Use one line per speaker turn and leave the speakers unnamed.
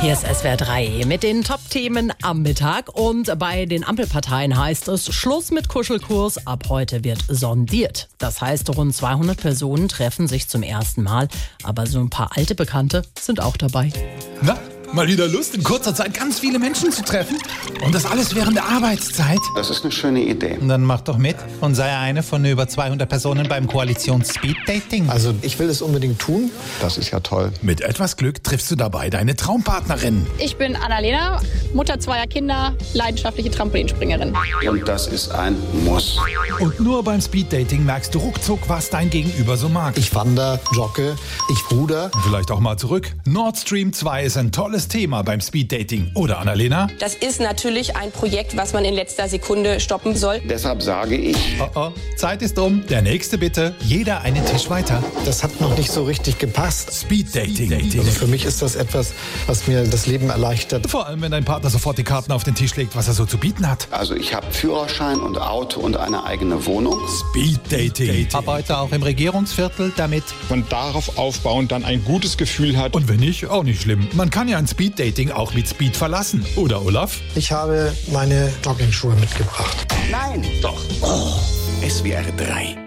Hier ist SWR 3 mit den Top-Themen am Mittag und bei den Ampelparteien heißt es Schluss mit Kuschelkurs, ab heute wird sondiert. Das heißt, rund 200 Personen treffen sich zum ersten Mal, aber so ein paar alte Bekannte sind auch dabei.
Na, mal wieder Lust, in kurzer Zeit ganz viele Menschen zu treffen. Und das alles während der Arbeitszeit.
Das ist eine schöne Idee.
Dann mach doch mit und sei eine von über 200 Personen beim Koalitions-Speed-Dating.
Also ich will es unbedingt tun.
Das ist ja toll.
Äh, Mit etwas Glück triffst du dabei deine Traumpartnerin.
Ich bin Annalena, Mutter zweier Kinder, leidenschaftliche Trampolinspringerin.
Und das ist ein Muss.
Und nur beim Speed-Dating merkst du ruckzuck, was dein Gegenüber so mag.
Ich wander, jogge, ich ruder.
Vielleicht auch mal zurück. Nord Stream 2 ist ein tolles Thema beim Speed-Dating. Oder, Annalena?
Das ist natürlich ein Projekt, was man in letzter Sekunde stoppen soll.
Deshalb sage ich,
Oh oh, Zeit ist um. Der nächste bitte. Jeder einen Tisch weiter.
Das hat noch nicht so richtig gepasst.
Speed-Dating.
Also für mich ist das etwas, was mir das Leben erleichtert.
Vor allem, wenn dein Partner sofort die Karten auf den Tisch legt, was er so zu bieten hat.
also ich habe Führerschein und Auto und eine eigene Wohnung.
Speed-Dating.
Ab heute auch im Regierungsviertel, damit
und darauf aufbauend dann ein gutes Gefühl hat.
Und wenn nicht, auch nicht schlimm. Man kann ja ein Speed-Dating auch mit Speed verlassen. Oder, Olaf?
Ich habe meine Joggingschuhe mitgebracht.
Nein. Doch. SWR 3.